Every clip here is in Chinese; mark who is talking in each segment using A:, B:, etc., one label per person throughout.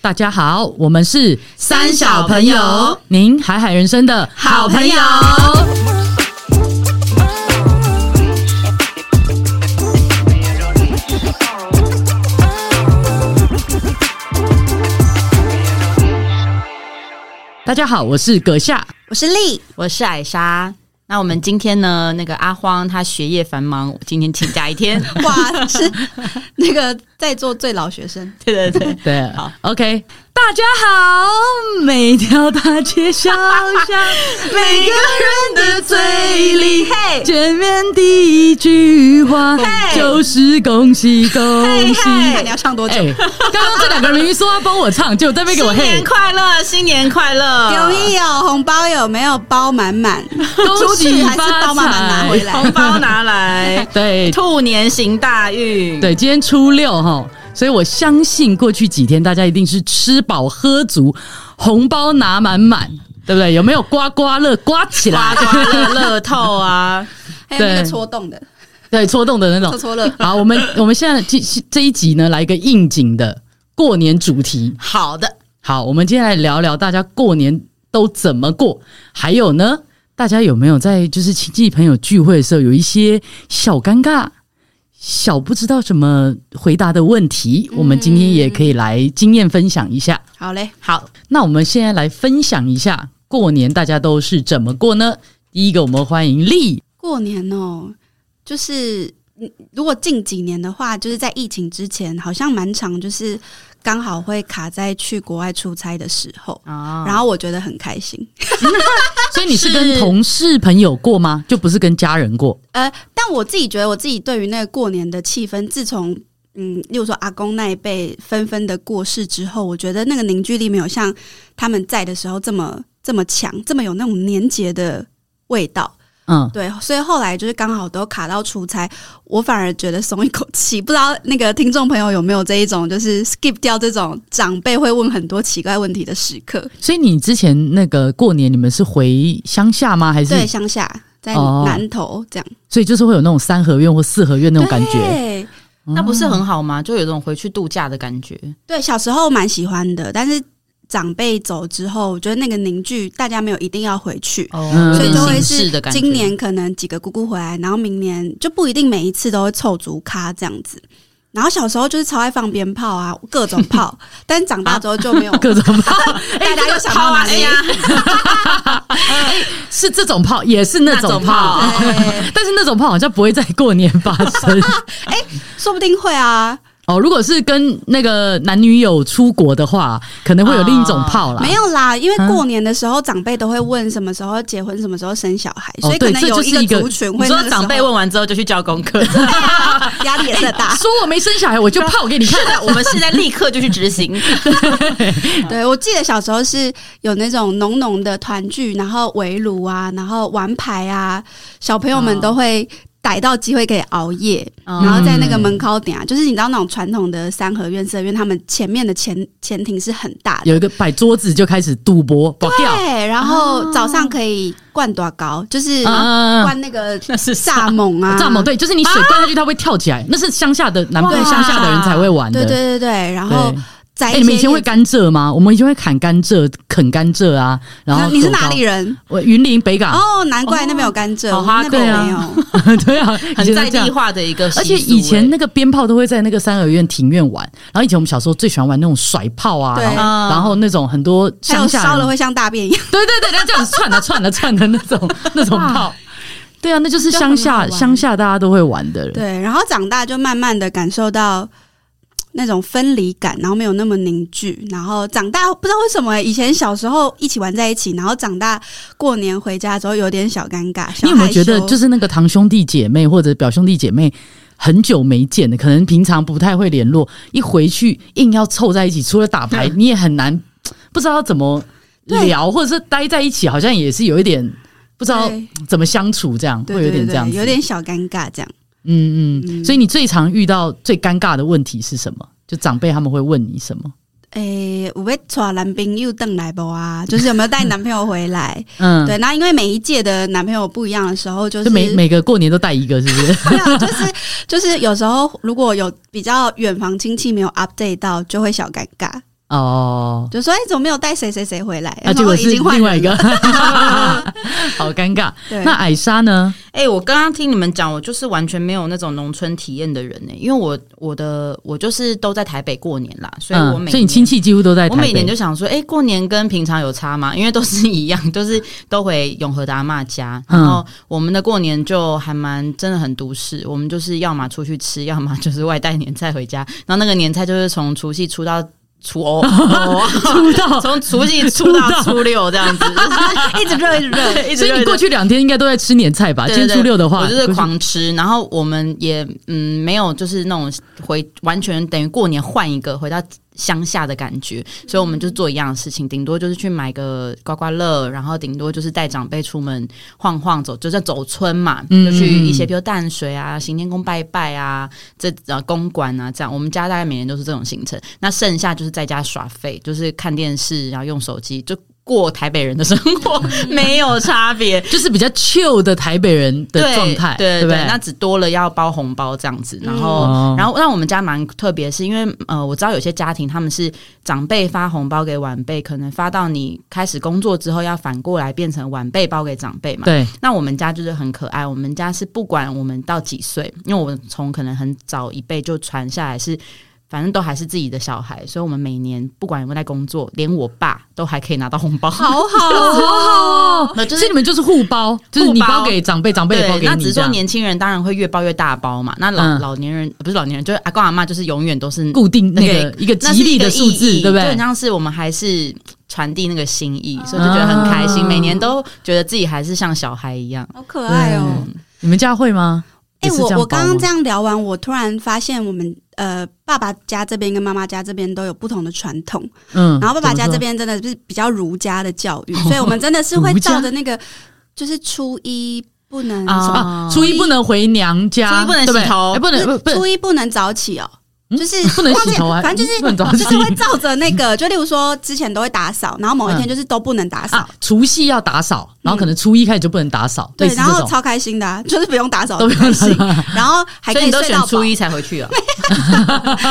A: 大家好，我们是
B: 三小朋友，
A: 您海海人生的
B: 好朋友。
A: 大家好，我是葛夏。
B: 我是丽，我是艾莎。那我们今天呢？那个阿荒他学业繁忙，今天请假一天。
C: 哇，是那个在座最老学生，
B: 对对 对，
A: 对，
B: 好
A: ，OK，大家好，每条大街小 巷，
B: 每个人的嘴里嘿，
A: 见面第一句话
B: 嘿
A: 就是恭喜恭喜。
B: 嘿
C: 看你要唱多久？
A: 哎，刚刚这两个人明明说要帮我唱，结果在那边给我
B: 新
A: 嘿
B: 年，快乐，新年快乐！
C: 有没有红包？有没有包满满？
A: 恭
C: 出
A: 喜
C: 去还是
A: 发
C: 包慢慢拿回
A: 财！，
C: 来？
B: 红包拿来
A: 对
B: 兔年行大运。
A: 对，今天初六哈，所以我相信过去几天大家一定是吃饱喝足，红包拿满满，对不对？有没有刮刮乐刮起
B: 刮
A: 来？
B: 刮乐、乐透啊，
C: 还有那
A: 对
C: 个戳洞的，
A: 对，戳动
B: 哦
A: 的那
C: 戳
A: 种。
C: 戳乐。
A: 好，我们我们现在这这一集呢，来一个应景的过年主题。
B: 好的，
A: 好，我们今天来聊聊大家过年都怎么过，还有呢，大家有没有在就是亲戚朋友聚会的时候有一些小尴尬、小不知道怎么回答的问题？我们今天也可以来经验分享一下。
C: 好嘞，
B: 好，
A: 那我们现在来分享一下过年大家都是怎么过呢？第一个，我们欢迎丽，
C: 过年哦，就是嗯如果近几年的话，就是在疫情之前，好像蛮长，就是刚好会卡在去国外出差的时候。
B: 然
C: 然后我觉得很开心，
A: 所以你是
B: 是
A: 跟同事朋友过吗？就不是跟家人过？
C: 呃，但我自己觉得，我自己对于那个过年的气氛，自从嗯，例如说阿公那一辈纷纷的过世之后，我觉得那个凝聚力没有像他们在的时候这么这么强，这么有那种年节的味道。
A: 嗯，
C: 对，所以后来就是刚好都卡到出差，我反而觉得松一口气。不知道那个听众朋友有没有这一种，就是 skip 掉这种长辈会问很多奇怪问题的时刻？
A: 所以你之前那个过年，你们是回乡下吗？还是
C: 对，乡下在
A: 哦
C: 南头这样
A: 所以就是会有那种三合院或四合院那种感觉。嗯
C: 对
B: 那不是很好吗？就有种回去度假的感觉。
C: 对，小时候蛮喜欢的，但是长辈走之后，我觉得那个凝聚，大家没有一定要回去，
B: 哦
A: 嗯
C: 所以
A: 有点
C: 就会
B: 形
C: 是
B: 式的感觉。
C: 今年可能几个姑姑回来，然后明年就不一定每一次都会凑足咖这样子。然后小时候就是超爱放鞭炮啊，各种 炮，但长大之后就没有。
B: 啊
A: 各种炮
B: 哎
C: 大家又想到哪里？
B: 呀？
A: 是这种炮，也是那种炮，
B: 那
C: 对，
A: 但是那种炮好像不会在过年发生
C: 说不定会啊，
A: 哦。如果是跟那个男女友出国的话，可能会有另一种炮啦。
C: 哦没有啦，因为
A: 嗯
C: 过年的时候长辈都会问什么时候结婚，什么时候生小孩，
A: 哦
C: 所以
A: 对
C: 可能
A: 这就
C: 有
A: 是一
C: 一
A: 个
C: 个族群
B: 你
C: 会那
B: 说
C: 个时候
B: 长辈问完之后就去交功课，
C: 压力也是很大，
A: 说我没生小孩，我就炮给你看。
B: 是 的，我们现在立刻就去执 行。
A: 嗯
C: 对，我记得小时候是有那种浓浓的团聚，然后围炉啊，然后玩牌啊，小朋友们都会逮到机会可以熬夜，
A: 嗯
C: 然后在那个门口点啊，就是你知道那种传统的三合院、四合院，他们前面的前前庭是很大的。
A: 有一个摆桌子就开始赌博，保掉。
C: 对，然后早上可以灌多高，就是
A: 嗯
C: 灌那个
B: 那是
C: 蚱蜢啊，
A: 蚱蜢对，就是你水灌下去，它会跳起来。那是乡下的南部
B: 哇
A: 乡下的人才会玩的。
C: 对对对对，然
A: 对
C: 后摘
A: 哎、
C: 一些叶
A: 你
C: 子。
A: 们以前会甘蔗吗？我们以前会砍甘蔗、啃甘蔗啊。然后
C: 你是
A: 走
C: 哪
A: 到
C: 里？人？
A: 我呃云林北港。
C: 哦，难怪那边有甘蔗，
B: 哦
C: 我们那
A: 好哈
C: 边
A: 对
C: 没
A: 啊
C: 有。
A: 对 啊，以前
B: 很
A: 都
B: 在
A: 这样
B: 地化的一个习俗，
A: 而且以前
B: 欸
A: 那个鞭炮都会在那个三合院庭院玩，然后以前我们小时候最喜欢玩那种甩炮啊，
C: 对嗯
A: 然后
B: 啊
A: 然后那种很多
C: 还有
A: 乡下人
C: 烧了会像大便一样。
A: 对对对，然后这样子窜啊窜啊窜的那种那种炮，对啊，那就是
C: 就
A: 乡
C: 很好
A: 下
C: 玩
A: 乡下大家都会玩的，
C: 对，然后长大就慢慢的感受到那种分离感，然后没有那么凝聚。然后长大不知道为什么、以前小时候一起玩在一起，然后长大过年回家之后有点小尴 尬。小
A: 你有没有
C: 害
A: 觉得
C: 羞
A: 就是那个堂兄弟姐妹或者表兄弟姐妹？很久没见的，可能平常不太会联络，一回去硬要凑在一起，除了打牌，你也很难不知道怎么
C: 嗯对
A: 聊，或者是待在一起，好像也是有一点不知道
C: 对
A: 怎么相处，这样
C: 对
A: 会有
C: 对
A: 点
C: 对
A: 这样子，
C: 有点嗯小尴尬这样。
A: 嗯嗯。所以你最常遇到最尴尬的问题是什么？就长辈他们会问你什么？
C: 诶、有要带男朋友邓来不啊？就是有没有带男朋友回来？
A: 嗯，
C: 对，那因为每一届的男朋友不一样的时候，就是
A: 就每每个过年都带一个，是不是？
C: 没有，就是 就是有时候如果有比较远房亲戚没有 update 到，就会小尴尬，
A: 哦，
C: 就说哎、怎么没有带谁谁谁回来？
A: 啊，
C: 然
A: 结
C: 后
A: 果
C: 已
A: 是
C: 经换
A: 另外一
C: 人
A: 个
C: 了，，
A: 好尴尬。
C: 对，
A: 那艾莎呢？
B: 哎、我刚刚听你们讲，我就是完全没有那种农村体验的人呢、因为我我的我就是都在台北过年啦，所以我
A: 嗯，
B: 每、
A: 所以你亲。戚几乎都在
B: 我
A: 台
B: 每年
A: 北
B: 就。想说，哎、过年跟平常有差吗？因为都是一样， 都是都回永和的阿嬷家。
A: 嗯
B: 然后我们的过年就还蛮真的很都市，我们就是要么出去吃，要么就是外带年菜回家。然后那个年菜就是从除夕出到 初欧，
A: 出道，
B: 从除夕出到初六这样子，就是一直热一直热， 一直
A: 所以
B: 热。
A: 你过去两天应该都在吃年菜吧？
B: 对
A: 今天初六的话，
B: 我就是
A: 过去
B: 狂吃，然后我们也嗯没有就是那种回完全等于过年换一个回到乡下的感觉，所以我们就做一样的事情，顶多就是去买个刮刮乐，然后顶多就是带长辈出门晃晃走，就在走村嘛，
A: 嗯
B: 就去一些比如淡水啊、行天宫拜拜啊、这呃公馆啊这样，我们家大概每年都是这种行程，那剩下就是在家耍废，就是看电视，然后用手机就。过台北人的生 活没有差别，
A: 就是比较 chill 的台北人的
B: 对
A: 状态，
B: 对
A: 不对？
B: 那只多了要包红包这样子，然后、
A: 哦
B: 然后让我们家蛮特别，是因为呃，我知道有些家庭他们是长辈发红包给晚辈，可能发到你开始工作之后，要反过来变成晚辈包给长辈嘛。
A: 对，
B: 那我们家就是很可爱，我们家是不管我们到几岁，因为我们从可能很早一辈就传下来是。反正都还是自己的小孩，所以我们每年不管有没有在工作，连我爸都还可以拿 到红包。
C: 好好
A: 哦
C: 哦，
B: 那就是
A: 所以你们就是互包，就是你
B: 互包
A: 包给长辈，长辈也包
B: 对，
A: 给
B: 那
A: 你
B: 只是
A: 这
B: 说
A: 样。
B: 年轻人当然会越包越大包嘛，那老、
A: 嗯
B: 老年人呃不是老年人，就是阿公阿妈就是永远都是
A: 固定那个一个
B: 那
A: 吉利的数字，对不啊
B: 就
A: 对？
B: 很像是我们还是传递那个心意，所以就觉得很开心，
A: 啊
B: 每年都觉得自己还是像小孩一样。
C: 好可爱哦。
A: 嗯你们家会吗？
C: 哎、
A: 也是
C: 我
A: 这样
C: 我刚
A: 包吗
C: 刚这样聊完，我突然发现我们呃爸爸家这边跟妈妈家这边都有不同的传统，
A: 嗯哦
C: 然后爸爸家这
A: 怎么
C: 边真的是比较儒家的教育，所以我们真的是会
A: 儒家
C: 照着那个，就是初一不能
B: 啊
C: 什
A: 说
C: 么
A: 啊，初一不能回娘
B: 初
A: 家，
B: 一不能
A: 对对
B: 洗头
A: 哎不能不
C: 初
A: 能
C: 一不能早起哦，
A: 嗯
C: 就是
A: 不能洗头啊，
C: 反正就是
A: 不能早
C: 就是会
A: 起
C: 照着那个，就例如说之前都会打扫，然后某一
A: 嗯
C: 天就是都不能打扫嗯
A: 啊，。除夕要打扫，然后可能初一开始就不能打扫，类
C: 对，
A: 似
C: 然
A: 这
C: 后
A: 种
C: 超开心的、啊，就是不用打 扫，
A: 都不用
C: 很开
A: 打扫
C: 心，然后还
B: 所
C: 可
B: 以你都
C: 睡
B: 选
C: 到
B: 初
C: 饱。
B: 一才 回去啊？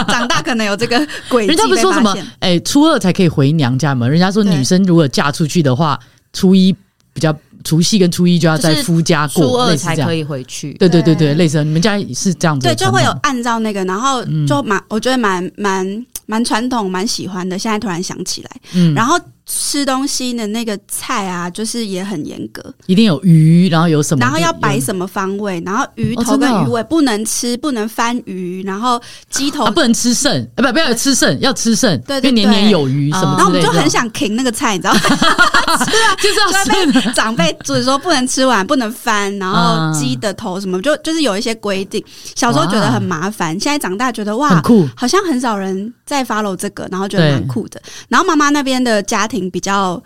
C: 长大可能有这个轨迹
A: 人
C: 被
A: 家
C: 发现。
A: 不是说什么哎、初二才可以回娘家吗？人家说
C: 对
A: 女生如果嫁出去的话，初一比较除夕跟初一就要在
B: 就是
A: 夫家过，
B: 初二
A: 类似
B: 才
A: 这样
B: 可。以回去。
A: 对对对对，
C: 对
A: 类似的你们家是这样子
C: 对，
A: 的
C: 就
A: 传统，
C: 会有按照那个，然后
A: 嗯
C: 就蛮，我觉得蛮蛮蛮传统，蛮喜欢的。现在突然想起来，
A: 嗯，
C: 然后吃东西的那个菜啊，就是也很严格，
A: 一定有鱼，然后有什么，
C: 然后要
A: 有
C: 摆什么方位，然后鱼
A: 哦
C: 头
A: 真的
C: 跟
A: 哦
C: 鱼尾不能吃，不能翻鱼，然后鸡头
A: 啊，，不能吃剩，啊不不要吃剩，要吃剩，
C: 对对哦
A: 因为年年有余
B: 对
A: 什么
C: 然后我
A: 之
C: 们
A: 类的，
C: 就很想停那个菜，你知道吗？
A: 就是 要
C: 就
A: 剩
C: 会被长辈阻止说不能吃完，不能翻，然后
A: 啊
C: 鸡的头什么，就就是有一些规定。小时候觉得很麻烦，现在长大觉得
A: 很
C: 哇，
A: 酷，
C: 好像很少人在 follow 这个，然后觉得蛮酷的。然后妈妈那边的家庭比较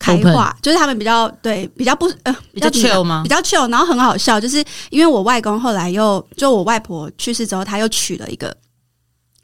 C: 开化，就是他们比较对比较不呃
B: 比较
C: 怎么
B: chill
C: 讲
B: 吗
C: 比较 chill，然后很好笑，就是因为我外公后来又就我外婆去世之后，他又娶了一个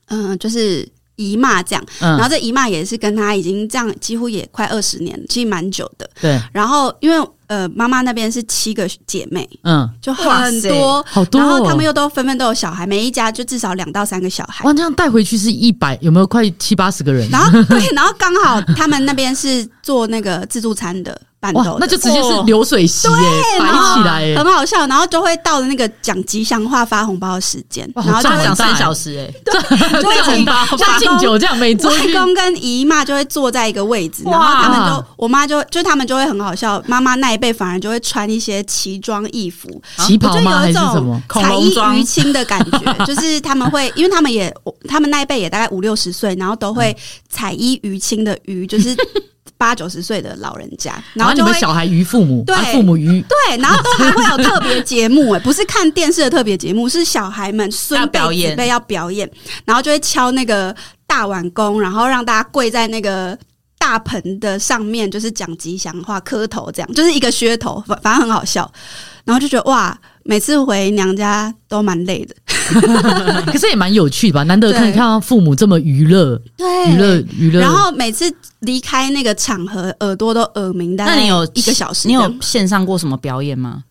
C: 嗯、就是姨妈这样，
A: 嗯，
C: 然后这姨妈也是跟他已经这样几乎也快二十年，其实蛮久的。
A: 对，
C: 然后因为呃妈妈那边是七个姐妹，
A: 嗯，
C: 就
B: 哇
C: 很
B: 塞
C: 多。
A: 好多、哦，
C: 然后他们又都纷纷都有小孩，每一家就至少两到三个小孩。
A: 哇，这样带回去是一百，有没有快七八十个人？
C: 然后对，然后刚好他们那边是做那个自助餐的伴
A: 哇
C: 奏，，
A: 那就直接是
B: 哦
A: 流水席耶、摆、起来耶、
C: 很好笑，然后就会到了那个讲吉祥话发红包的时间，
A: 哇
C: 然
A: 好
C: 后就
A: 炸
B: 他
A: 很
B: 讲
A: 长大
B: 三
A: 欸
B: 小时哎，
C: 就
B: 那
C: 会
B: 种吧
A: 像敬酒这样，每桌去
C: 外公跟姨妈就会坐在一个位置，
B: 哇
A: 啊
C: 然后他们就我妈就就他们就会很好笑，妈妈那一辈反而就会穿一些奇装异服，
A: 旗袍吗？
C: 我
A: 还
C: 就是有一
A: 什
C: 种
A: 么？
B: 恐
C: 才
B: 龙
C: 艺
B: 装
C: 于亲的感 觉，就是他们会，因为他们也，我他们那一辈也大概五六十岁，然后都
A: 嗯
C: 会才艺于亲的于，就是八九十岁的老人 家，
A: 然后
C: 然后
A: 啊你
C: 就会
A: 们小孩鱼父母，
C: 对
A: 啊父母鱼，
C: 对，然后都还会有特别节目，哎，不是看电视的特别节目，是小孩们孙
B: 要
C: 辈
B: 表演
C: 子辈要表演，然后就会敲那个大碗弓，然后让大家跪在那个。大盆的上面就是讲吉祥话、磕头，这样就是一个噱头，反反正很好笑。然后就觉得哇，每次回娘家都蛮累的，
A: 可是也蛮有趣的吧？难得看
C: 对
A: 看到父母这么娱乐、
C: 对
A: 娱乐、娱乐。
C: 然后每次离开那个场合，耳朵都耳鸣，大
B: 那
C: 概
B: 你有
C: 一个小时
B: 你
C: 这样？
B: 有线上过什么表演吗？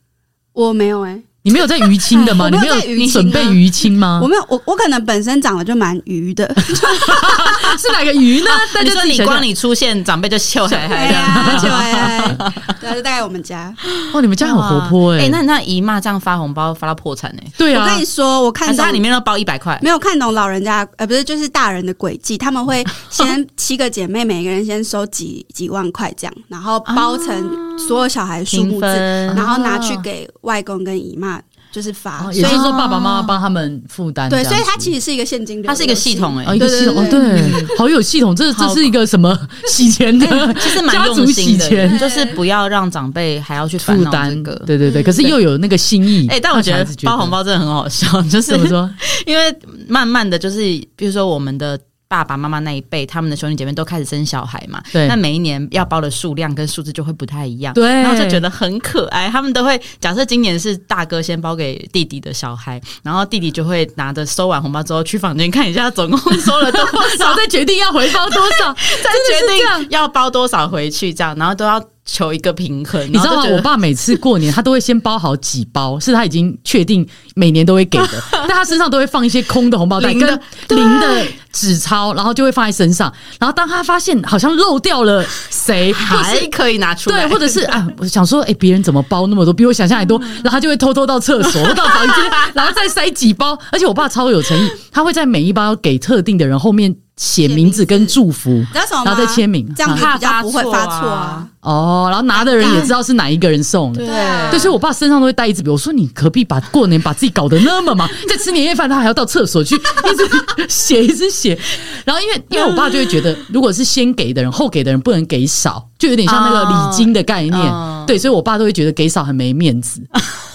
C: 我没有哎、
A: 你没有在淤青的吗？
C: 我
A: 你
C: 没有
A: 没
C: 在淤
A: 有
C: 青啊
A: 准备淤青吗
C: 我？没有，我我可能本身长得就蛮鱼的，
A: 是哪个鱼 呢？大
B: 你
A: 家
B: 说
A: 自己
B: 你
A: 想
B: 光
A: 想。
B: 你出现，长辈就笑
A: 啊
B: 嗨嗨
C: 哎
B: 这样。
C: 呀，就哎，对啊，就大概我们家。
A: 哇，你们家很活泼
B: 哎、
A: 哎。
B: 那那姨妈这样发红包发到破产哎、
A: 对
C: 我
A: 啊
C: 跟，你说，我
B: 还
C: 看
B: 是
C: 懂
B: 它里面要包一百块？
C: 没有看懂老人家，呃，不是，就是大人的轨迹，他们会先七个姐妹，每个人先收几几万块这样，然后包成所有小孩的数目
B: 平
C: 字，
B: 分
C: 然后拿去给外公跟姨妈就是发，
A: 哦也就
C: 所
A: 是
C: 以
A: 说爸爸妈妈帮他们负担这
C: 对，
A: 样子。
C: 所以它其实是一个现金流，
B: 它是一个系统哎、
A: 哦，一个系统哦，
C: 对对
A: 对，好有系统，这这
B: 好
A: 是一个什么洗钱
C: 哎
A: 的
B: 其实蛮
A: 家
B: 用
A: 族洗
B: 心的，
A: 钱
C: 对
B: 就是不要让长辈还要去烦
A: 负
B: 恼这
A: 担
B: 个。，嗯
A: 对对对，可是又有那个心意。
B: 哎、但我觉
A: 让小孩
B: 得
A: 子
B: 包红包真的很好笑，就是
A: 怎么 说？
B: 因为慢慢的就是，比如说我们的爸爸妈妈那一辈，他们的兄弟姐妹都开始生小孩嘛，
A: 对
B: 那每一年要包的数量跟数字就会不太一样，
A: 对
B: 然后就觉得很可爱。他们都会假设今年是大哥先包给弟弟的小孩，然后弟弟就会拿着收完红包之后去房间看一下总共收了多
A: 然
B: 少
A: 后，再决定要回包多 少，
B: 再
A: 真的是这
B: 决
A: 样
B: 定要包多少回去，这样，然后都要求一个平衡。
A: 你知道
B: 然后
A: 吗？
B: 就觉
A: 我
B: 得
A: 爸每次过年，他都会先包好几包，是他已经确定每年都会给 的，但他身上都会放一些空的红包袋
B: 零
A: 跟
B: 的
A: 零的纸钞，然后就会放在身上。然后当他发现好像漏掉了谁，或
B: 还
A: 是
B: 可以拿出来，
A: 对，或者是啊，我想说，哎、别人怎么包那么多，比我想象还多，然后他就会偷偷到厕 所或到房间，然后再塞几包。而且我爸超有诚意，他会在每一包给特定的人后面写名字跟祝福。
C: 你知道什么吗？
A: 然后再签名
C: 这样子
B: 啊
C: 比较不会发错啊。
A: 哦，然后拿的人也知道是哪一个人送的。
B: 对
C: 啊
A: 对，所以我爸身上都会带一支笔。我说你何必把过年把自己搞得那么忙，在吃年夜饭他还要到厕所去一直写一直写。然后因为因为我爸就会觉得，如果是先给的人，后给的人不能给少，就有点像那个礼金的概念。
B: 哦
A: 对，所以我爸都会觉得给少很没面 子。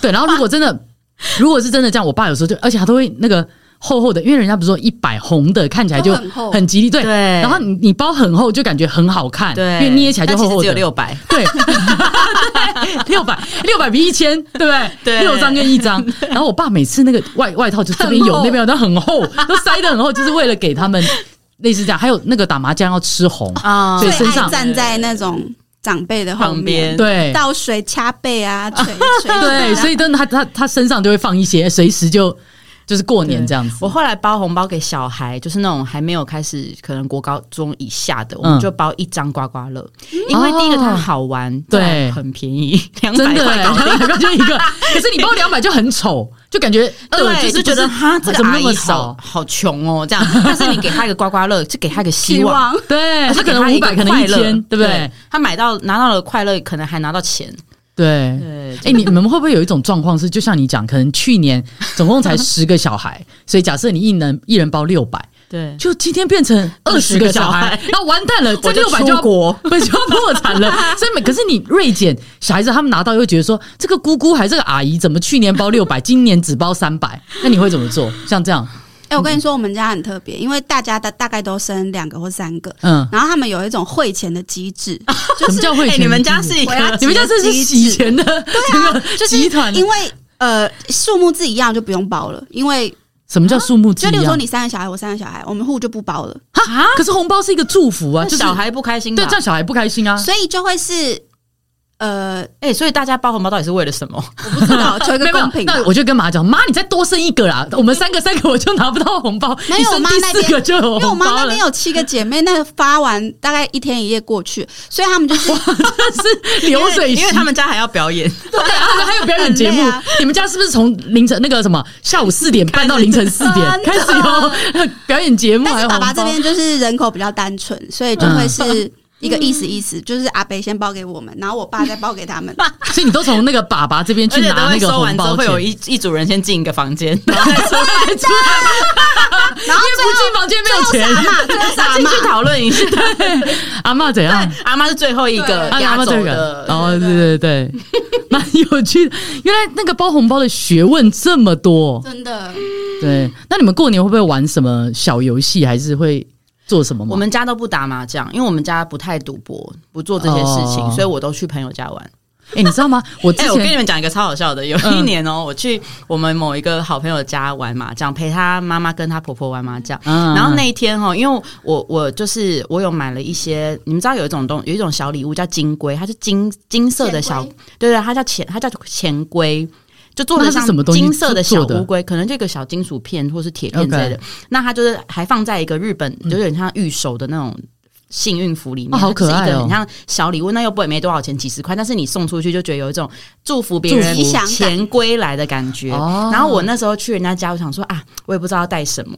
A: 对，然后如果真的如果是真的这样，我爸有时候就而且他都会那个。厚厚的，因为人家不是说一百红的看起来就
C: 都很厚
A: 很吉利，对。
B: 对
A: 然后你你包很厚就感觉很好看，
B: 对，
A: 因为捏起来就
B: 但
A: 厚
B: 其实
A: 厚
B: 只有
A: 的。
B: 六百，
A: 对， 六百六百比一千，对不对？
B: 对
A: 六张跟一张。然后我爸每次那个外外套就这边有
C: 很厚
A: 那边有，但很厚，都塞得很厚，就是为了给他们 类似这样。还有那个打麻将要吃红，
B: 啊
A: 对
C: 最
A: 身上
C: 爱站在那种长辈的后
B: 旁边
C: 面，
A: 对
C: 倒水掐背啊，捶捶。
A: 对，所以但他他他身上就会放一些，随时就就是过年这样子
B: 我。后来包红包给小孩，就是那种还没有开始可能国高中以下的，我
A: 嗯
B: 们就包一张刮刮乐，因为第一个它好玩，
A: 哦对
B: 再来很便宜，两
A: 真
B: 百
A: 的、
B: 块
A: 欸，
B: 搞定。
A: 两百就一个，可是你包两百就很丑，就感觉呃
B: 对，
A: 就是
B: 就觉得
A: 他
B: 哈，这个
A: 怎么
B: 阿
A: 那么
B: 姨
A: 少
B: 好？好穷哦，这样。但是你给他一个刮刮乐，就给他一个希
C: 希
B: 望，
C: 望
A: 对，他可能
B: 啊给
A: 五
B: 一个
A: 百，可能
B: 快
A: 一
B: 乐
A: 千，对不对？？
B: 他买到拿到了快乐，可能还拿到钱。
A: 对。
B: 对，
A: 哎、你你们会不会有一种状况是，就像你讲，可能去年总共才十个小孩，所以假设你一人一人包六百，
B: 对，
A: 就今天变成二十
B: 20
A: 个
B: 嗯个
A: 小
B: 小
A: 孩
B: 孩，
A: 然后完蛋了，这
B: 我就
A: 六百就要
B: 出国
A: 不就要 破产了。所以每可是你锐减小孩子，他们拿到又会觉得说，这个姑姑还这个阿姨怎么去年包六百，今年只包三百？那你会怎么做？像这样，
C: 哎、
A: 嗯
C: 我跟你说，我们家很特别，因为大家大大概都生两个或三个，
A: 嗯，
C: 然后他们有一种汇钱的机制，
A: 啊
C: 就
A: 什么
C: 是
A: 叫会
B: 哎
A: 钱？
B: 你们家是一
C: 我要
B: 个
A: 你们家这是洗钱的， 对啊，
C: 就是
A: 集团。
C: 因为呃数目字一样就不用包了，因为
A: 什么叫数目字
C: 就
A: 一
C: 例如说
A: 样？
C: 你三个小孩，我三个小孩，我们户就不包了，
B: 啊
A: 哈，可是红包是一个祝福啊，
B: 那
A: 就是
B: 小孩不开心
A: 对，
B: 吧
A: 这？样小孩不开心啊。
C: 所以就会是呃
B: 哎，所以大家包红包到底是为了什 么？
C: 我不知 道求一
A: 没
C: 个
A: 有没有
C: 公平吧啊
A: 那。我就跟妈讲，妈，你再多生一个啦，我们三个三个我就 拿不到红包，
C: 没有
A: 你生
C: 我妈
A: 第
C: 那
A: 四
C: 边
A: 个就有
C: 因为我
A: 红
C: 妈
A: 包
C: 那
A: 了
C: 边。有七个姐妹，那发完大概一天一夜过去，所以他们就是
A: 这是流水
B: 因为
A: 席，
B: 因为他们家还要表 演，
A: 对 他们还有表演节目
C: 很累啊。
A: 你们家是不是从凌晨那个什么下午四点半到凌晨四点开始有 表演节目？
C: 但
A: 还
C: 是
A: 有
C: 爸
A: 红
C: 爸这
A: 包？嗯
C: 边就是人口比较单纯，所以就会是一个意思意思，就是阿北先包给我们，然后我爸再包给他们。
A: 所以你都从那个爸爸这边
B: 而
A: 去
B: 且都
A: 拿那
B: 会
A: 个
B: 收
A: 红
B: 完之后
A: 包
B: 会
A: 钱。
B: 有一一组人先进一个房间，然后再出 来出
C: 然后
A: 不进房间没有
C: 最后
A: 钱，
C: 是阿嬷，最后是阿
B: 大进
C: 嬷
B: 去讨论一下。
A: 阿妈怎样？
B: 阿妈是最后一个
A: 啊
B: 压
A: 妈
B: 轴
A: 这
B: 的，
A: 哦，对对对， 蛮有趣的。原来那个包红包的学问这么多，
C: 真的，
A: 对，那你们过年会不会玩什么小游戏？还是会做什么吗？
B: 我们家都不打麻将，因为我们家不太赌博，不做这些事情，
A: 哦
B: 所以我都去朋友家玩。
A: 哎、你知道吗？ 我之
B: 哎、我跟你
A: 前嗯
B: 们讲一个超好笑的，有一年哦、我去我们某一个好朋友家玩麻将，陪他妈妈跟他婆婆玩麻将。
A: 嗯
B: 然后那一天哈，因为我我就是我有买了一些，你们知道有一种东有一种小礼物叫金龟，它是金金色的小
C: 钱龟，
B: 对对，它叫钱，它叫钱龟，就做
A: 那
B: 的
A: 它是
B: 像
A: 什么东西
B: 金色的
A: 做
B: 小
A: 的
B: 乌龟，可能这个小金属片或是铁片之类的
A: OK。
B: 那它就是还放在一个日本，就有点像玉手的那种。幸运符里面，
A: 哦好可爱哦
B: 它是一个很像小礼物，那又不会没多少钱，几十块，但是你送出去就觉得有一种祝福别人
C: 祝福吉祥感
B: 钱归来的感觉。
A: 哦
B: 然后我那时候去人家家，我想说啊，我也不知道要带什么，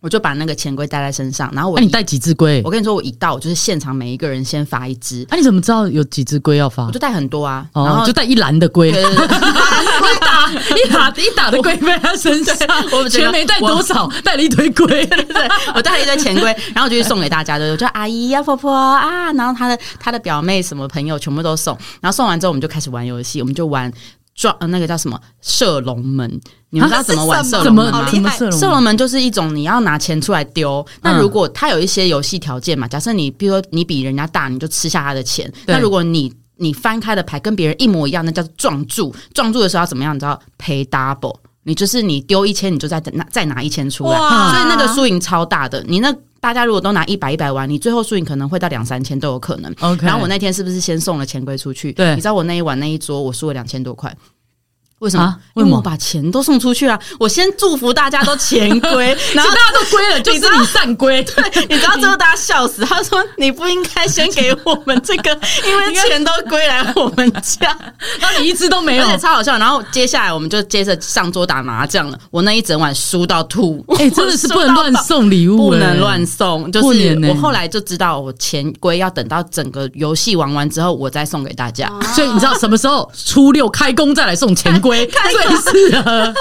B: 我就把那个钱龟带在身上。然后我
A: 那、
B: 一、
A: 你带几只龟
B: 我？跟你说，我一到就是现场每一个人先发一只，
A: 啊，你怎么知道有几只龟要发
B: 我？就带很多啊，然
A: 哦，
B: 后
A: 就带一篮的龟，
B: 对对对
A: 一打 一打一打的 龟在他身上，
B: 我觉
A: 钱
B: 得
A: 没带多少，带了一堆龟。
B: 我带了一堆钱龟，然后我就去送给大家的，我就阿姨呀、婆婆啊，然后她的她的表妹什么朋友全部都送，然后送完之后我们就开始玩游戏，我们就玩撞、呃那个叫什么射龙门，你们知道怎么玩射
A: 怎
B: 龙门
A: 啊么啊
B: 吗？
C: 好
A: 怎
C: 厉
A: 么
C: 害
A: 射龙？
B: 射龙门就是一种你要拿钱出来丢。那如果它有一些游戏条件嘛，假设你比如说你比人家大，你就吃下他的钱。
A: 对
B: 那如果你你翻开的牌跟别人一模一样，那叫做撞注。撞注的时候要怎么样？你知道赔 double。你就是你丢一千，你就再拿再拿一千出来，
C: 哇
B: 所以那个输赢超大的。你那大家如果都拿一百一百玩，你最后输赢可能会到两三千都有哦可能。
A: OK，
B: 然后我那天是不是先送了钱龟出去？
A: 对
B: 你知道我那一晚那一桌我输了两千多块。为什么？
A: 啊为
B: 因
A: 什么
B: 为我把钱都送出去了、我先祝福大家都钱 归，然后
A: 大家都龟了，就是
B: 你知道
A: 你散龟。
B: 你知道最后大家笑死，他说你不应该先给我们这个，因为钱都归来我们家，
A: 然后你一只都 没有
B: 而。且超好笑。然后接下来我们就接着上桌打麻将了，我那一整晚输到吐，
A: 哎、真的是不
B: 我输
A: 能
B: 到
A: 乱
B: 爆
A: 送礼物、
B: 不
A: 哎
B: 能乱送，就
A: 过
B: 是
A: 年欸呢
B: 我后来就知道，我钱龟要等到整个游戏玩完之后，我再送给大家。
A: 所以你知道什么时候初六开工再来送钱 龟最适合，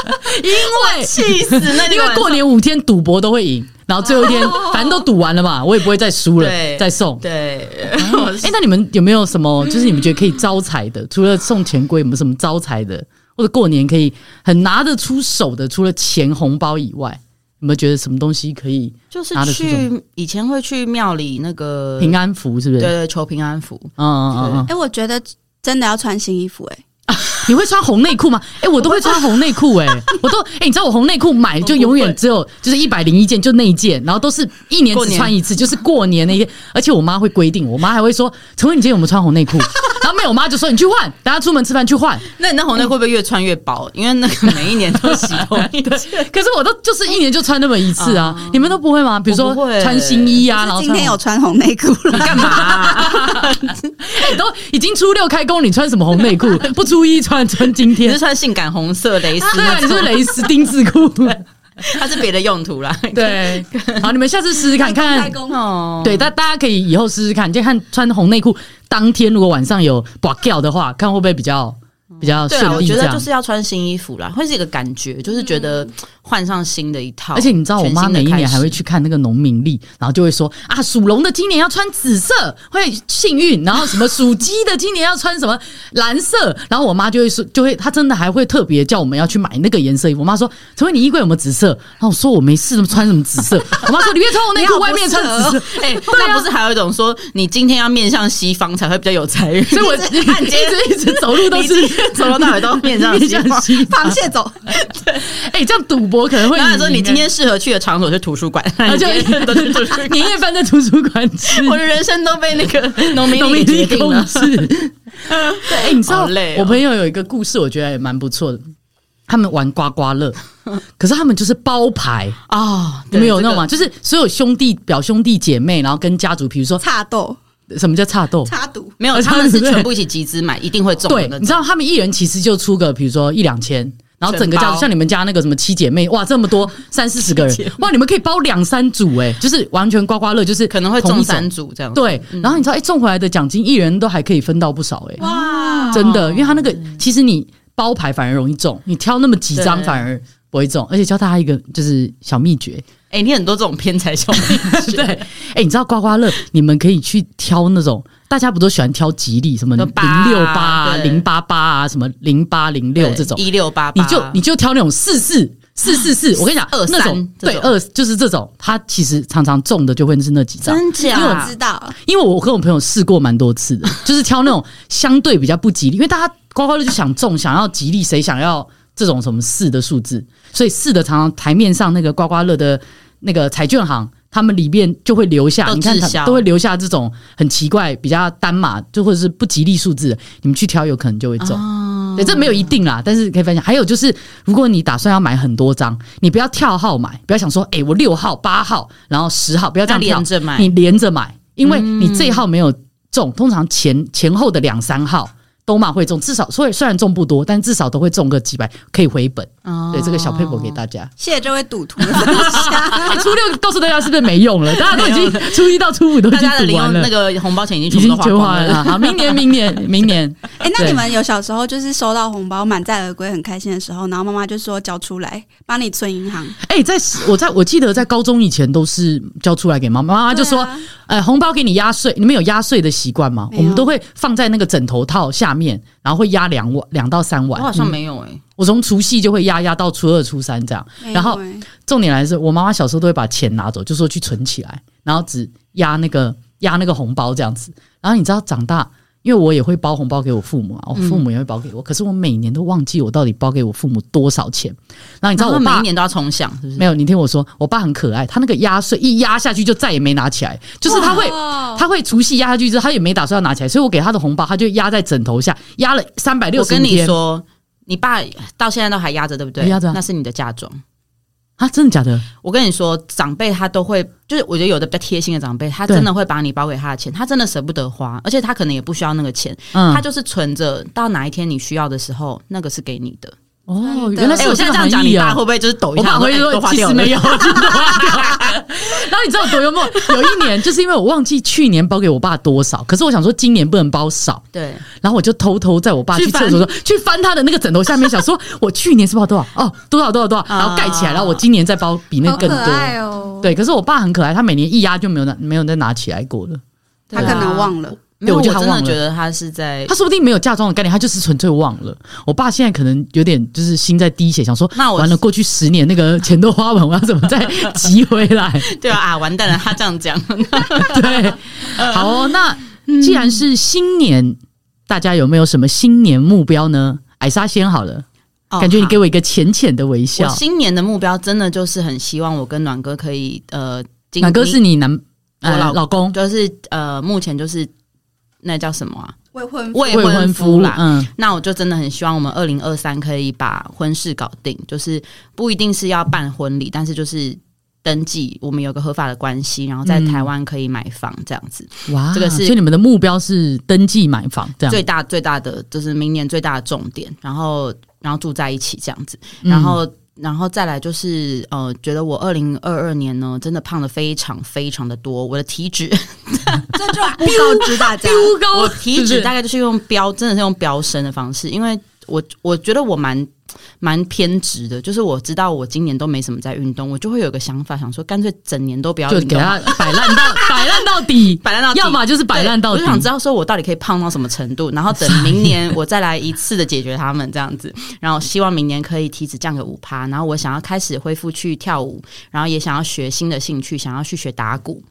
A: 因为
B: 气死！那
A: 因为过年五天赌博都会赢，然后最后一 天反正都赌完了嘛，我也不会再输了
B: 哦对，
A: 再送。
B: 对，
A: 哎、那你们有没有什么，就是你们觉得可以招财的？除了送钱龟，有没有什么招财的，或者过年可以很拿得出手的？除了钱红包以外，有没有觉得什么东西可以
B: 就是
A: 拿得出手？
B: 去以前会去庙里那个
A: 平安符是不
B: 对
A: 是？
B: 对求平安符，
A: 嗯嗯嗯嗯，
C: 哎、我觉得真的要穿新衣服、哎，
A: 你会穿红内裤吗？哎、我都会穿红内裤，哎，我都哎、你知道我红内裤买就永远只有就是一百零一件，就那一件，然后都是一年
B: 过
A: 只
B: 年
A: 穿一次，就是过年那一天。而且我妈会规定，我妈还会说：“陈伟，你今天有没有穿红内裤？”然后没有，我妈就说：“你去换，大家出门吃饭去换。”
B: 那你那红内会不会越穿越薄？因为那个每一年都洗 同一件。
A: 可是我都就是一年就穿那么一次啊，你们都不会吗？比如说
B: 哦我不会
A: 穿新衣啊，然
C: 就
A: 后
C: 是
A: 穿
C: 今天有穿红内裤了，
B: 你 干嘛 啊、
A: 哎都已经初六开工，你穿什么红内 裤？不初一穿穿今
B: 你是
A: 天？
B: 穿性感红色蕾丝
A: 对啊，
B: 那
A: 你是
B: 种？
A: 不是蕾丝丁字裤？
B: 它是别的用途啦。
A: 对，好，你们下次试试看看。
B: 哦，
A: 对，但大家可以以后试试看，就看穿红内裤当天，如果晚上有拔掉的话，看会不会比较比较
B: 对啊，
A: 顺
B: 我
A: 利
B: 觉
A: 这
B: 得
A: 样嗯
B: 就。是要穿新衣服啦，会是一个感觉，就是觉得换上新的一套。
A: 而且你知道，我妈
B: 全新的
A: 每一年还会
B: 开始。
A: 去看那个农民历，然后就会说啊，属龙的今年要穿紫色，会幸运；然后什么属鸡的今年要穿什么蓝色。然后我妈就会说，就会她真的还会特别叫我们要去买那个颜色衣服。我妈说：“陈慧，你衣柜有没有紫色？”然后我说：“我没事，穿什么紫色？” 我妈说：“里面穿红内 裤，
C: 你好不
A: 外面穿紫色。”
B: 哎、那不是还有一种说，你今天要面向西方才会比较有财运，
A: 所以我
B: 你这
A: 一直一直走路都是
B: 你 今天走到哪里都面向西方。
A: 西方
C: 螃蟹走，
A: 哎、这样赌博可能会
B: 然后说
A: 赢
B: 你今天适合去的场所是图书馆，
A: 啊
B: 那你今天都去图书
A: 哎
B: 馆。
A: 年夜饭在图书馆吃，
B: 我的人生都被那个农民
A: 农
B: 历
A: 民
B: 决
A: 历
B: 定
A: 控
B: 了。
A: 制。对，哎、你知道、
B: 好累哦
A: 我朋友有一个故事，我觉得也蛮不错的。他们玩刮刮 乐，可是他们就是包牌，
B: 啊，
A: 你们有那
B: 种
A: 种吗？就是所有兄弟、表兄弟姐妹，然后跟家族，比如说
C: 插豆，
A: 什么叫差斗，
C: 插毒，
B: 没有，
A: 呃
B: 他们是
A: 对
B: 全部一起集资买，一定会中
A: 对，
B: 的
A: 你。知道他们一人其实就出个，比如说一两千，然后整个
B: 全
A: 家
B: 包
A: 族像你们家那个什么七姐妹，哇，这么多三四十个人，哇，你们可以包两三组哎、就是完全刮刮乐，就是
B: 可能会
A: 同
B: 中
A: 一种
B: 三组这样。
A: 对，然后你知道，哎、中回来的奖金，一人都还可以分到不少、
B: 哦
A: 哎、
C: 哇，
A: 真的，因为他那个其实你包牌反而容易中，你挑那么几张
B: 对
A: 反而不会中，而且教大家一个就是小秘诀，
B: 哎、你很多这种偏财小命
A: 对，哎、你知道刮刮乐，你们可以去挑那种大家不都喜欢挑吉利，什么
B: 就
A: 零
B: 八啊
A: 六八啊、
B: 对
A: 零八八啊、什么零八零六这种，
B: 一六八八，啊
A: 你就你就挑那种四四是是是，我跟你讲，
B: 二
A: 那种
B: 三这
A: 对
B: 种
A: 二就是这种，它其实常常中的就会是那几张，
B: 真
C: 因为我
B: 假
C: 知？道，
A: 因为我跟我朋友试过蛮多次的， 就是挑那种相对比较不吉利，因为大家刮刮乐就想中，想要吉利，谁想要这种什么四的数字？所以四的常常台面上那个刮刮乐的那个彩券行，他们里面就会留下，
B: 都
A: 你看
B: 滞销
A: 它都会留下这种很奇怪、比较单码，就或者是不吉利数字的，你们去挑有可能就会中。
B: 哦
A: 对，这没有一定啦，但是可以分享。还有就是，如果你打算要买很多张，你不要跳号买，不要想说，哎、我六号、八号，然后十号，不要这
B: 那
A: 样跳
B: 连，着买，嗯
A: 你连着买，因为你这一号没有中，通常前前后的两三号都嘛会中，至少虽虽然中不多，但至少都会中个几百，可以回本。
B: 哦
A: 对，这个小配博给大家。
C: 谢谢这位赌徒的分
B: 哦
C: 享。
A: 哎，初六告诉大家是不是没用 了？大家都已经初一到初五都已
B: 大
A: 经
B: 家的
A: 赌
B: 零
A: 完
B: 用
A: 了
B: 那，个红包钱已
A: 已
B: 经全
A: 经
B: 部都
A: 全
B: 花
A: 花
B: 光
A: 了。啊好，明年，明 年，明年，
C: 哎、那
A: 对
C: 你们有小时候就是收到红包满载而归很开心的时候，然后妈妈就说交出来，帮你存银行。
A: 哎、在我在我记得在高中以前都是交出来给妈妈，妈妈就说：“
C: 对啊
A: 呃，红包给你压岁，你们有压岁的习惯吗？
C: 没有
A: 我们都会放在那个枕头套下面，然后会压两碗，两到三
B: 我
A: 碗。
B: 好像没有哎、
A: 我从除夕就会压压到初二、初三这样。然后
C: 没有欸
A: 重点来是我妈妈小时候都会把钱拿走，就说去存起来，然后只压那个压那个红包这样子。然后你知道长大，因为我也会包红包给我父母啊，我
B: 嗯
A: 父母也会包给我，可是我每年都忘记我到底包给我父母多少钱。然后你知
B: 然
A: 道
B: 后
A: 我
B: 每
A: 爸
B: 一年都要重想，是不是？
A: 没有，你听我说，我爸很可爱，他那个压岁一压下去就再也没拿起来，就是他会
C: 哇
A: 他会除夕压下去之后，他也没打算要拿起来，所以我给他的红包，他就压在枕头下，压了三百六
B: 我
A: 十
B: 跟你
A: 天
B: 说，你爸到现在都还压着，对不对？
A: 压着啊
B: 那是你的嫁妆。
A: 啊，真的假的？
B: 我跟你说，长辈他都会，就是我觉得有的比较贴心的长辈，他
A: 对
B: 真的会把你包给他的钱，他真的舍不得花，而且他可能也不需要那个钱，
A: 嗯
B: 他，就是存着到哪一天你需要的时候，那个是给你的。
A: 哦，
C: 真的
A: 原来
B: 哎、
A: 是有
B: 我现在
A: 个
B: 这样
A: 含
B: 讲，
A: 义
B: 你
A: 啊
B: 爸会不会就是抖一
A: 我
B: 下？
A: 爸会
B: 哎都
A: 说
B: 花
A: 其
B: 掉
A: 实
B: 了
A: 没 有，真的花掉了。 然后你知道有多幽默？有一年就是因为我忘记去年包给我爸多少，可是我想说今年不能包少，
B: 对，
A: 然后我就偷偷在我爸去
B: 去
A: 厕
B: 翻
A: 所的时候去翻他的那个枕头下面，想说我去年是包多少哦，多少多少多少，
B: 啊
A: 然后盖起来，然后我今年再包比那
C: 好
A: 个更
C: 可
A: 多。
C: 爱哦。
A: 对，可是我爸很可爱，他每年一压就没有拿，没有再拿起来过了。
C: 他
B: 对啊
C: 可能忘了，
B: 没有，
A: 我
B: 我
A: 觉得
B: 真
A: 他忘
B: 的
A: 了
B: 觉得他是在
A: 他。说不定没有嫁妆的概念，他就是纯粹忘了。我爸现在可能有点就是心在滴血，想说
B: 啊那我
A: 完了过去十年那个钱都花完，我要怎么再集回 来？
B: 对啊啊，完蛋了！他这样 讲，
A: 对，好
B: 呃
A: 哦、那
B: 嗯
A: 既然是新年，大家有没有什么新年目标呢？艾莎先好了，
B: 哦
A: 感觉你
B: 好
A: 给我一个浅浅的微
B: 我
A: 笑。
B: 新年的目标真的就是很希望我跟暖哥可以呃，今
A: 哪个是你男？
B: 我
A: 呃，
B: 老
A: 老公
B: 就是呃，目前就是那叫什么啊？
C: 未婚夫
B: 未
A: 嗯未
B: 婚
A: 婚
B: 夫
A: 夫
B: 啦。
A: 嗯，
B: 那我就真的很希望我们二零二三可以把婚事搞定，就是不一定是要办婚礼，但是就是登记，我们有个合法的关系，然后在
A: 嗯
B: 台湾可以买房这样子。
A: 哇，
B: 这个是
A: 所以你们的目标是登记买房这样
B: 最，大最大的就是明年最大的重点，然后然后住在一起这样子，
A: 嗯
B: 然后。然后再来就是，呃，觉得我二零二二年呢，真的胖的非常非常的多，我的体脂
C: 这就不告知 大家。
A: 丢高
B: 我体脂大概就是用飙，真的是用飙升的方式，因为我我觉得我蛮蛮偏执的，就是我知道我今年都没什么在运动，我就会有个想法，想说干脆整年都不要
A: 就
B: 运
A: 给
B: 动，
A: 他摆烂到 摆烂到底，
B: 摆烂 到底
A: 要么就是摆烂到
B: 对
A: 底
B: 我就。想知道说我到底可以胖到什么程度，然后等明年我再来一次的解决他们这样子，然后希望明年可以体脂降个五趴，然后我想要开始恢复去跳舞，然后也想要学新的兴趣，想要去学打鼓，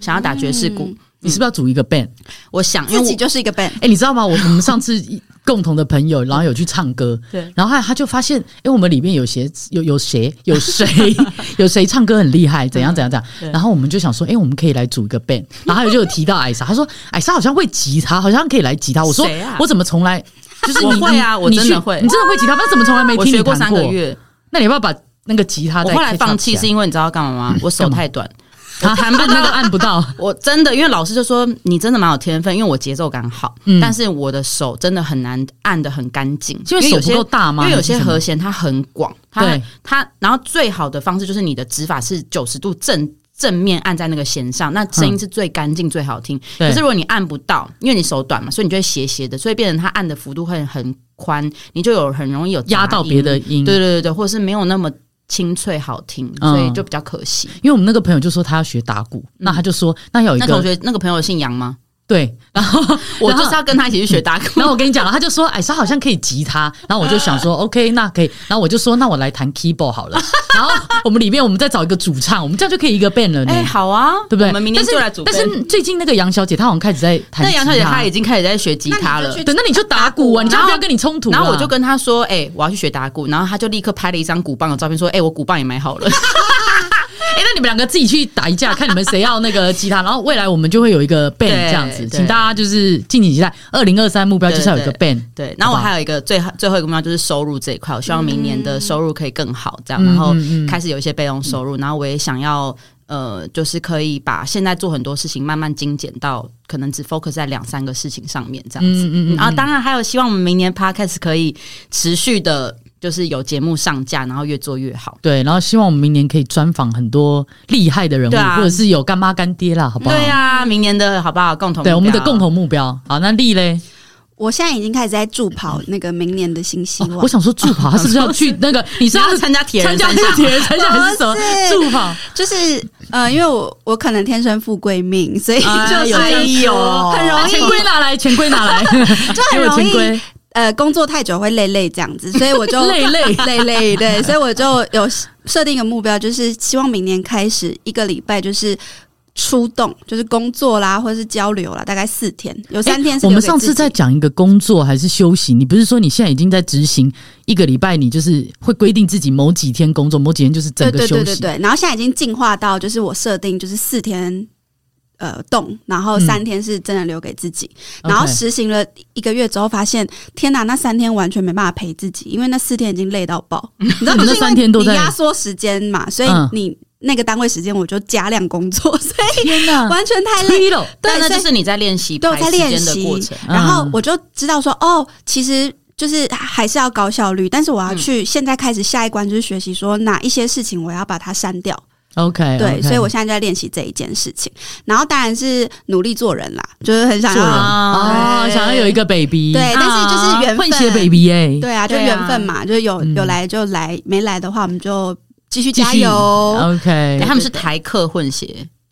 B: 想要打爵士鼓，
A: 你是不是要组一个 band？
B: 我想因
C: 自
B: 为
C: 己
B: 我
C: 就是一个 band，
A: 哎、你知道吗？我我们上次一 共同的朋友，然后有去唱歌，
B: 对
A: 然后他他就发现，哎、我们里面有谁有有谁有谁 有谁唱歌很厉害，怎样怎样怎
B: 嗯对
A: 样。然后我们就想说，哎、我们可以来组一个 band。然后他就有提到艾莎，他说艾莎好像会吉他，好像可以来吉他。我说、
B: 谁啊
A: 我怎么从来就是
B: 我
A: 你
B: 会啊
A: 你
B: 我真的
A: 你去
B: 会
A: 你真的会吉他，但怎么从来没
B: 我
A: 听
B: 学
A: 你
B: 过
A: 弹
B: 三个月。
A: 那你要不要把那个吉他
B: 我
A: 再
B: 后来
A: catch up
B: 放弃
A: 起来
B: 是因为你知道干嘛
A: 嗯
B: 吗？我手太短，
A: 他弹不那个按不到，
B: 我真的因为老师就说你真的蛮有天分，因为我节奏感好，
A: 嗯
B: 但是我的手真的很难按的很干净，
A: 是因为手
B: 有
A: 不
B: 些
A: 够大吗？
B: 因为有些
A: 还是什么
B: 和弦它很广，它
A: 对
B: 它然后最好的方式就是你的指法是九十度正正面按在那个弦上，那声音是最干净、最好听。
A: 嗯对
B: 可是如果你按不到，因为你手短嘛，所以你就会斜斜的，所以变成它按的幅度会很宽，你就有很容易有杂
A: 压到别的音，
B: 对对对对，或者是没有那么清脆好听，
A: 嗯
B: 所以就比较可惜。
A: 因为我们那个朋友就说他要学打鼓，那他就说那要有一
B: 嗯那同
A: 个
B: 学那个朋友姓杨吗？
A: 对，然后
B: 我
A: 然
B: 就
A: 后
B: 是要跟他一起去 学打鼓
A: 然。后我跟你讲了，他就说：“哎，他好像可以吉他。”然后我就想 说：“OK，那可以。”然后我就说：“那我来弹 keyboard 好了。”然后我们里面我们再找一个主唱，我们这样就可以一个 band 了呢，
B: 哎、好啊，
A: 嗯对不对？
B: 我们明天就来组
A: 但
B: band。
A: 是但是最近那个杨小姐她好像开始在弹，
B: 那杨小姐她已
A: 也，
B: 经开始在学吉他
C: 那
B: 了
C: 你就。去
A: 对，那你就打鼓啊，你就不要跟你冲突啦。
B: 然后我就跟她说：“哎、我要去学打鼓。”然后她就立刻拍了一张鼓棒的照片，说：“哎、我鼓棒也买好了。
A: 哎、那你们两个自己去打一架，看你们谁要那个吉他。然后未来我们就会有一个 band
B: 对
A: 这样子，
B: 对
A: 请大家就是敬请期待。二零二三目标就是要有一个
B: 对
A: band，”
B: 对。然后我
A: 好吧
B: 还有一个最最后一个目标就是收入这一块，我希望明年的收入可以更好，这样。
A: 嗯
B: 然后
A: 嗯嗯
B: 开始有一些被动收入，然后我也想要。呃，就是可以把现在做很多事情慢慢精简到，可能只 focus 在两三个事情上面这样子。
A: 嗯嗯嗯嗯
B: 然后当然还有希望我们明年 podcast 可以持续的，就是有节目上架，然后越做越好。
A: 对。然后希望我们明年可以专访很多厉害的人物，
B: 对啊
A: 或者是有干妈干爹啦，好不好？
B: 对啊，明年的好不好？共同目
A: 对，
B: 标
A: 我们的共同目标。好，那丽嘞，
C: 我现在已经开始在助跑那个明年的新希望
A: 我。想说助跑，他是不是要去那 个？你是
B: 你要
A: 要
B: 参加铁人
A: 参加那
B: 三
A: 个
B: 项，
A: 铁人三项还是什么
C: 不哦是
A: 助跑？
C: 就是呃，因为我我可能天生富贵命，所以就
A: 啊
B: 哎
C: 是、
B: 有这样说
C: 很容
A: 钱
C: 易
A: 龟拿来，钱龟拿来，
C: 就
A: 给
C: 很
A: 我
C: 容
A: 钱
C: 易
A: 龟。
C: 呃工作太久会累累这样子，所以我就
A: 累累
C: 累累对，所以我就有设定一个目标，就是希望明年开始一个礼拜就是。出动就是工作啦，或者是交流啦，大概四天，有三天
A: 哎
C: 是
A: 我们
C: 留给自己、
A: 上次在讲一个工作还是休息，你不是说你现在已经在执行一个礼拜，你就是会规定自己某几天工作，某几天就是整
C: 对
A: 个
C: 对
A: 休
C: 对
A: 息。
C: 对对，然后现在已经进化到就是我设定就是四天呃动，然后
A: 嗯
C: 三天是真的留给自己，
A: OK
C: 然后实行了一个月之后，发现天哪，那三天完全没办法陪自己，因为那四天已经累到 爆。你知道，
A: 你们那
C: 就是因
A: 三
C: 为
A: 天都
C: 你
A: 在
C: 压缩时间嘛，所以
A: 嗯
C: 你那个单位时间我就加量工作， 所
A: 天
C: 以
A: 哪，
C: 完全太 累。
A: 踢嗯了！
B: 但
C: 对
B: 那
C: 所
B: 就
C: 以
B: 是你在练习
C: 对我
B: 排
C: 在
B: 时
C: 练
B: 间的
C: 习
B: 过程。
A: 嗯
C: 然后我就知道说，哦，其实就是还是要高效率，但是我
A: 嗯
C: 要去、现在开始下一关就是学习说哪一些事情我要把它删掉。
A: 哎 OK，
C: 对所以我现在就在练习这一件事情，然后当然是努力做人啦，就是很想
A: 做人
C: 要。
A: 哦，
B: 对
A: 想要有一个 baby，
C: 哎对，但是就是缘
A: 混
C: 分，
A: 血 baby 哎，
C: 对啊，就
B: 对啊
C: 缘分嘛，就有
A: 嗯
C: 有来就来，没来的话我们就继续
A: 继
C: 加
A: 续
C: 油。
A: OK，
B: 哎他们是台客混血，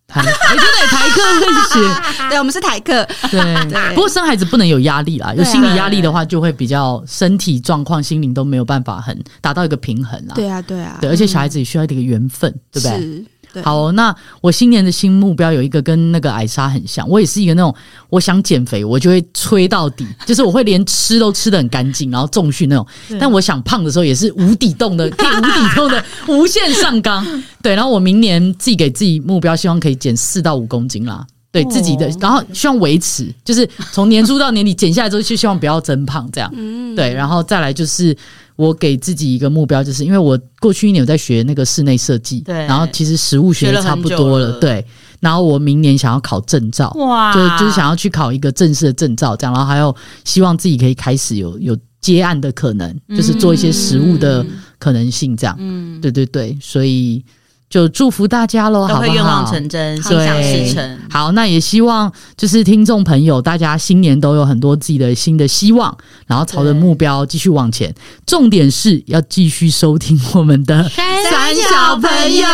A: 台，哎，真的台客混
C: 对，我们是台客，
A: 血，对。
C: 对
A: 不过生孩子不能有压力啦，有
C: 对啊
A: 心理压力的话，就会比较身体状况、心灵都没有办法很达到一个平衡啦。
C: 对啊，对啊，
A: 对，而且小孩子也需要一个缘分，对不对？
C: 是，对，
A: 好，哦那我新年的新目标有一个跟那个艾莎很像，我也是一个那种我想减肥，我就会吹到底，就是我会连吃都吃的很干净，然后重训那种。但我想胖的时候也是无底洞的， 可以无底洞的无限上纲。对，然后我明年自己给自己目标，希望可以减四到五公斤啦。对自己的
B: 哦，
A: 然后希望维持，就是从年初到年底减下来之后，就希望不要增胖这样。
C: 嗯，
A: 对，然后再来就是我给自己一个目标，就是因为我过去一年有在学那个室内设计，
B: 对
A: 然后其实实物学
B: 学
A: 的
B: 了
A: 差
B: 很
A: 不
B: 久
A: 多了，
B: 了
A: 对，然后我明年想要考证照，
B: 哇
A: 就就是想要去考一个正式的证照，这样，然后还有希望自己可以开始有有接案的可能，就是做一些实物的可能性，这样，
B: 嗯，
A: 对对对，所以就祝福大家喽，
B: 都
A: 好不
B: 会
A: 好？
B: 愿望成真，心
A: 对
B: 想事成。
A: 好，那也希望就是听众朋友，大家新年都有很多自己的新的希望，然后朝着
B: 对
A: 目标继续往前。重点是要继续收听我们的。
C: 三小朋友，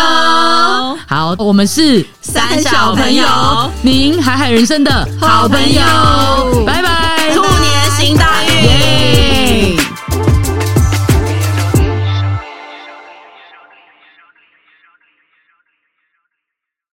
A: 好，我们是
B: 三小朋友，
A: 您海海人生的好朋友。